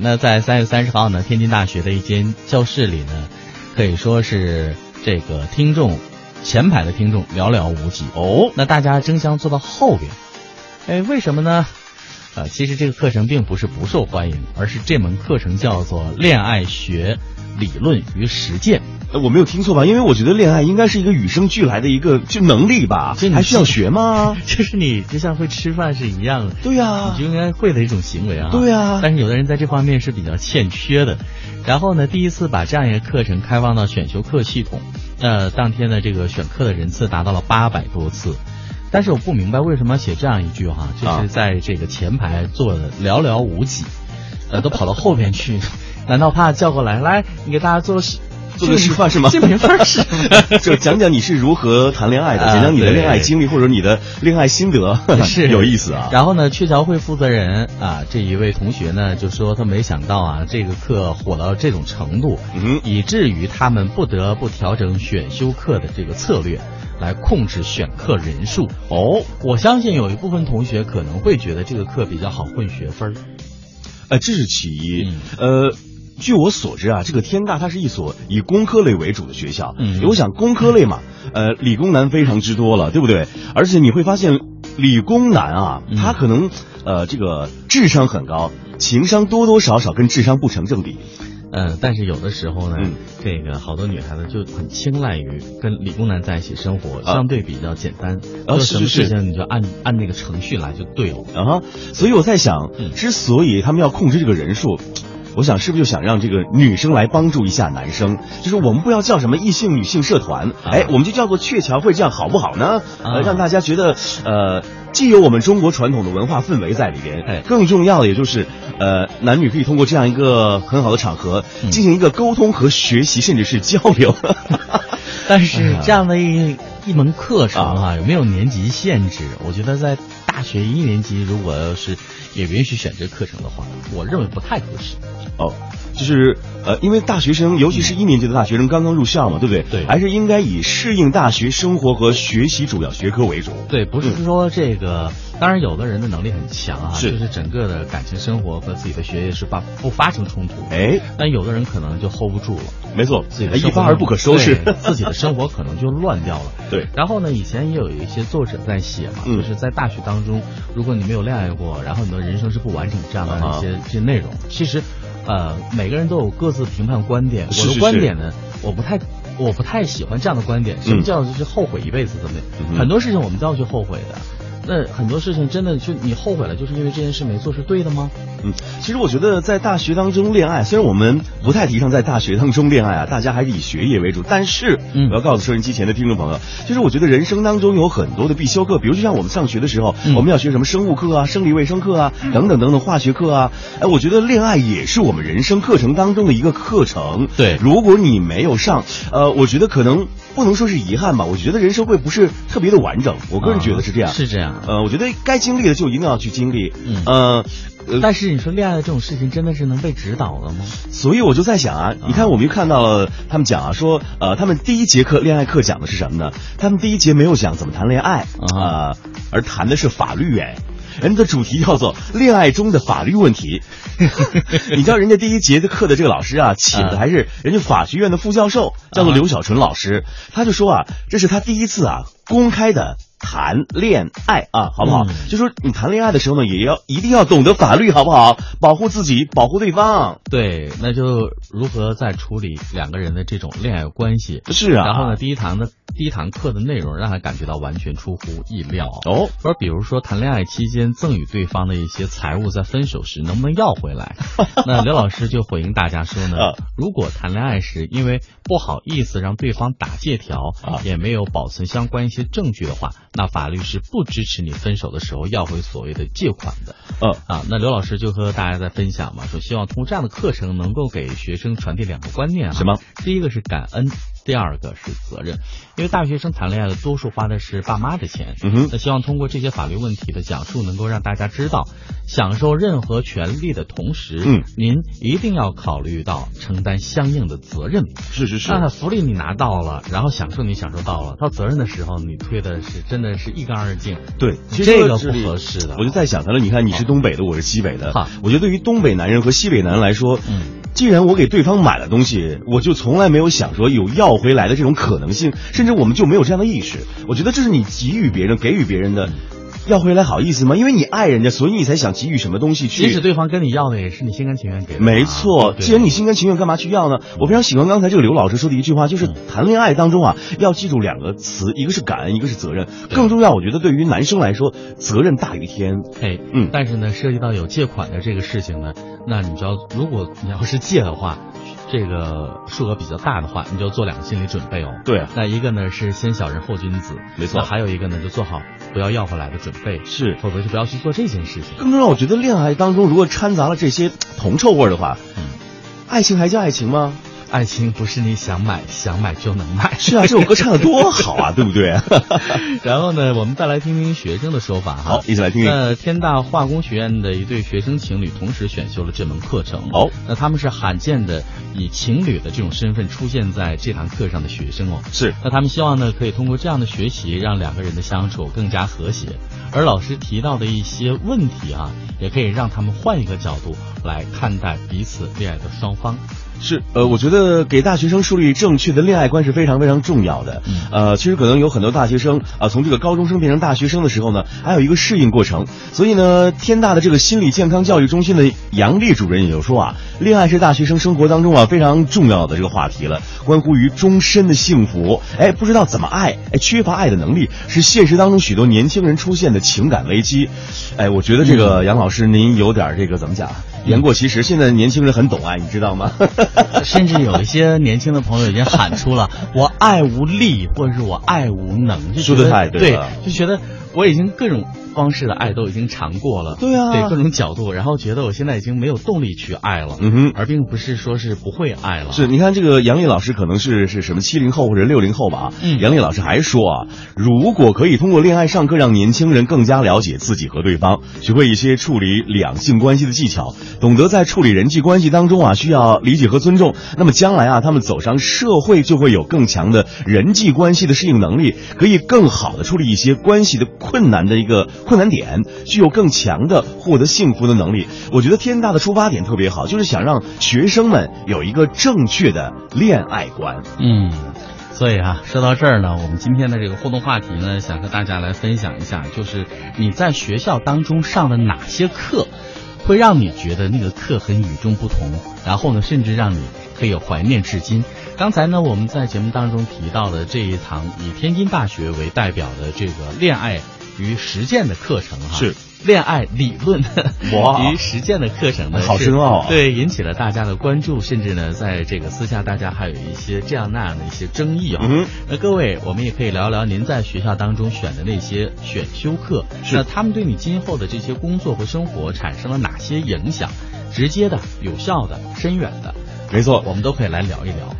那在三月三十号呢，天津大学的一间教室里呢，可以说是这个听众前排的听众寥寥无几哦。那大家争相坐到后边，哎，为什么呢？呃，其实这个课程并不是不受欢迎，而是这门课程叫做《恋爱学理论与实践》。 呃我没有听错吧？因为我觉得恋爱应该是一个与生俱来的一个就能力吧这，你还需要学吗？就是你就像会吃饭是一样的，对呀、你就应该会的一种行为啊。啊对啊但是有的人在这方面是比较欠缺的。然后呢，第一次把这样一个课程开放到选修课系统，呃，当天的这个选课的人次达到了八百多次。但是我不明白为什么要写这样一句哈、就啊是在这个前排坐的寥寥无几，呃，都跑到后边去， 难道怕叫过来来你给大家做个示做个示范是吗。这没法 示范 就讲讲你是如何谈恋爱的，啊讲讲你的对恋爱经历或者你的恋爱心得， 是有意思啊。然后呢，鹊桥会负责人啊，这一位同学呢，就说他没想到啊，这个课火到这种程度，嗯以至于他们不得不调整选修课的这个策略，来控制选课人数。哦，我相信有一部分同学可能会觉得这个课比较好混学分儿，呃，这是其一嗯，呃。据我所知啊，这个天大它是一所以工科类为主的学校。嗯我想工科类嘛，呃，理工男非常之多了，对不对？而且你会发现，理工男啊，嗯他可能呃这个智商很高，情商多多少少跟智商不成正比。嗯、但是有的时候呢，嗯这个好多女孩子就很青睐于跟理工男在一起生活，啊相对比较简单，做啊是什么是事是情你就按按那个程序来就对了。啊哈，所以我在想嗯，之所以他们要控制这个人数，我想是不是就想让这个女生来帮助一下男生？就是我们不要叫什么异性女性社团，哎，我们就叫做鹊桥会，这样好不好呢？啊呃，让大家觉得，呃，既有我们中国传统的文化氛围在里边，哎更重要的也就是，呃，男女可以通过这样一个很好的场合嗯进行一个沟通和学习，甚至是交流。 但是这样的一一门课程啊，有没有年级限制？我觉得在大学一年级，如果要是也允许选这课程的话，我认为不太合适。哦，就是呃，因为大学生，尤其是一年级的大学生刚刚入校嘛，对不对？对还是应该以适应大学生活和学习主要学科为主。对，不是说这个，当然有的人的能力很强啊，是就是整个的感情生活和自己的学业是发不发生冲突。哎，但有的人可能就 hold 不住了，没错，自己哎的一生活发而不可收拾。对自己的生活可能就乱掉了。 对，然后呢，以前也有一些作者在写嘛，嗯就是在大学当中，如果你没有恋爱过，然后你的人生是不完整这样的啊一些、这些内容。其实，呃，每个人都有各自评判观点。是我是的观点呢，我不太我不太喜欢这样的观点。什么叫就是后悔一辈子？怎么、嗯哼很多事情我们都要去后悔的。那很多事情真的就你后悔了，就是因为这件事没做是对的吗？嗯，其实我觉得在大学当中恋爱，虽然我们不太提倡在大学当中恋爱啊，大家还是以学业为主。但是，嗯我要告诉收音机前的听众朋友，就是我觉得人生当中有很多的必修课，比如就像我们上学的时候，嗯我们要学什么生物课啊、生理卫生课啊，等等等等，化学课啊。哎，我觉得恋爱也是我们人生课程当中的一个课程。对如果你没有上，呃，我觉得可能不能说是遗憾吧，我觉得人生会不是特别的完整。我个人觉得是这样。啊是这样。呃，我觉得该经历的就一定要去经历。嗯呃，呃但是你说恋爱的这种事情真的是能被指导的吗？所以我就在想啊，你看我们又看到了他们讲啊，说呃，他们第一节课恋爱课讲的是什么呢？他们第一节没有讲怎么谈恋爱啊啊、而谈的是法律哎。人家的主题叫做恋爱中的法律问 题，你知道人家第一节的课的这个老师啊，请的嗯还是人家法学院的副教授，叫做啊刘小纯老师，他就说啊，这是他第一次啊公开的谈恋爱啊，好不好嗯？就说你谈恋爱的时候呢，也要一定要懂得法律，好不好？保护自己，保护对方。对，那就如何在处理两个人的这种恋爱关系。是啊，然后呢，第一堂的第一堂课的内容让他感觉到完全出乎意料。哦，说，比如说谈恋爱期间赠与对方的一些财物，在分手时能不能要回来？ 那刘老师就回应大家说呢啊，如果谈恋爱时因为不好意思让对方打借条啊，也没有保存相关一些证据的话，那法律是不支持你分手的时候要回所谓的借款的。嗯，啊，那刘老师就和大家在分享嘛，说希望通过这样的课程能够给学生传递两个观念啊，什么？第一个是感恩，第二个是责任，因为大学生谈恋爱的多数花的是爸妈的钱，嗯哼，那希望通过这些法律问题的讲述，能够让大家知道，享受任何权利的同时，嗯，您一定要考虑到承担相应的责任。是是是，那福利你拿到了，然后享受你享受到了，到责任的时候你推的是真的是一干二净，对，其实这个说到不里合适的。我就在想，他了，你看你是东北的，我是西北的哈，我觉得对于东北男人和西北男人来说，嗯既然我给对方买了东西，我就从来没有想说有要回来的这种可能性，甚至我们就没有这样的意识。我觉得这是你给予别人、给予别人嗯的，要回来好意思吗？因为你爱人家，所以你才想给予什么东西去。即使对方跟你要的也是你心甘情愿给的嘛，啊没错，对既然你心甘情愿，干嘛去要呢？我非常喜欢刚才这个刘老师说的一句话，就是谈恋爱当中啊，要记住两个词，一个是感恩，一个是责任。更重要，我觉得对于男生来说，责任大于天。哎，嗯但是呢，涉及到有借款的这个事情呢，那你就要，如果你要是借的话，这个数额比较大的话，你就要做两个心理准备哦。对啊，那一个呢是先小人后君子，没错那还有一个呢，就做好不要要回来的准备，是否则就不要去做这件事情。更重要，我觉得恋爱当中如果掺杂了这些铜臭味儿的话，嗯爱情还叫爱情 吗？爱情不是你想买想买就能买。 是啊，这首歌唱的多好啊，对不 对？然后呢，我们再来听听学生的说法哈。好，嗯一起来听听。那天大化工学院的一对学生情侣同时选修了这门课程。哦，那他们是罕见的以情侣的这种身份出现在这堂课上的学生哦。是那他们希望呢，可以通过这样的学习，让两个人的相处更加和谐。而老师提到的一些问题啊，也可以让他们换一个角度来看待彼此恋爱的双方。是，呃，我觉得给大学生树立正确的恋爱观是非常非常重要的。嗯呃，其实可能有很多大学生啊、从这个高中生变成大学生的时候呢，还有一个适应过程。所以呢，天大的这个心理健康教育中心的杨丽主任也就说啊，恋爱是大学生生活当中啊非常重要的这个话题了，关乎于终身的幸福。哎，不知道怎么爱，哎，缺乏爱的能力是现实当中许多年轻人出现的情感危机。哎，我觉得这个杨老师您有点儿这个怎么讲啊，言过其实。现在年轻人很懂爱，你知道吗？ 甚至有一些年轻的朋友已经喊出了“我爱无力”或者是我爱无能，就觉说得得太对对了就觉得我已经各种方式的爱都已经尝过了，对啊对各种角度，然后觉得我现在已经没有动力去爱了，嗯哼。而并不是说是不会爱了，是，你看这个杨丽老师可能是是什么七零后或者六零后吧啊？嗯杨丽老师还说啊，如果可以通过恋爱上课让年轻人更加了解自己和对方，学会一些处理两性关系的技巧，懂得在处理人际关系当中啊需要理解和尊重，那么将来啊他们走上社会就会有更强的人际关系的适应能力，可以更好的处理一些关系的困难的一个困难点，具有更强的获得幸福的能力。我觉得天大的出发点特别好，就是想让学生们有一个正确的恋爱观。嗯。所以啊，说到这儿呢，我们今天的这个互动话题呢，想和大家来分享一下，就是你在学校当中上的哪些课，会让你觉得那个课很与众不同，然后呢，甚至让你可以怀念至今。刚才呢，我们在节目当中提到的这一堂以天津大学为代表的这个恋爱与实践的课程哈、是恋爱理论 哇与实践的课程呢，好是深奥啊对，引起了大家的关注，甚至呢，在这个私下大家还有一些这样那样的一些争议啊、嗯哼那各位，我们也可以聊聊您在学校当中选的那些选修课，是那他们对你今后的这些工作和生活产生了哪些影响？直接的、有效的、深远的，没错，我们都可以来聊一聊。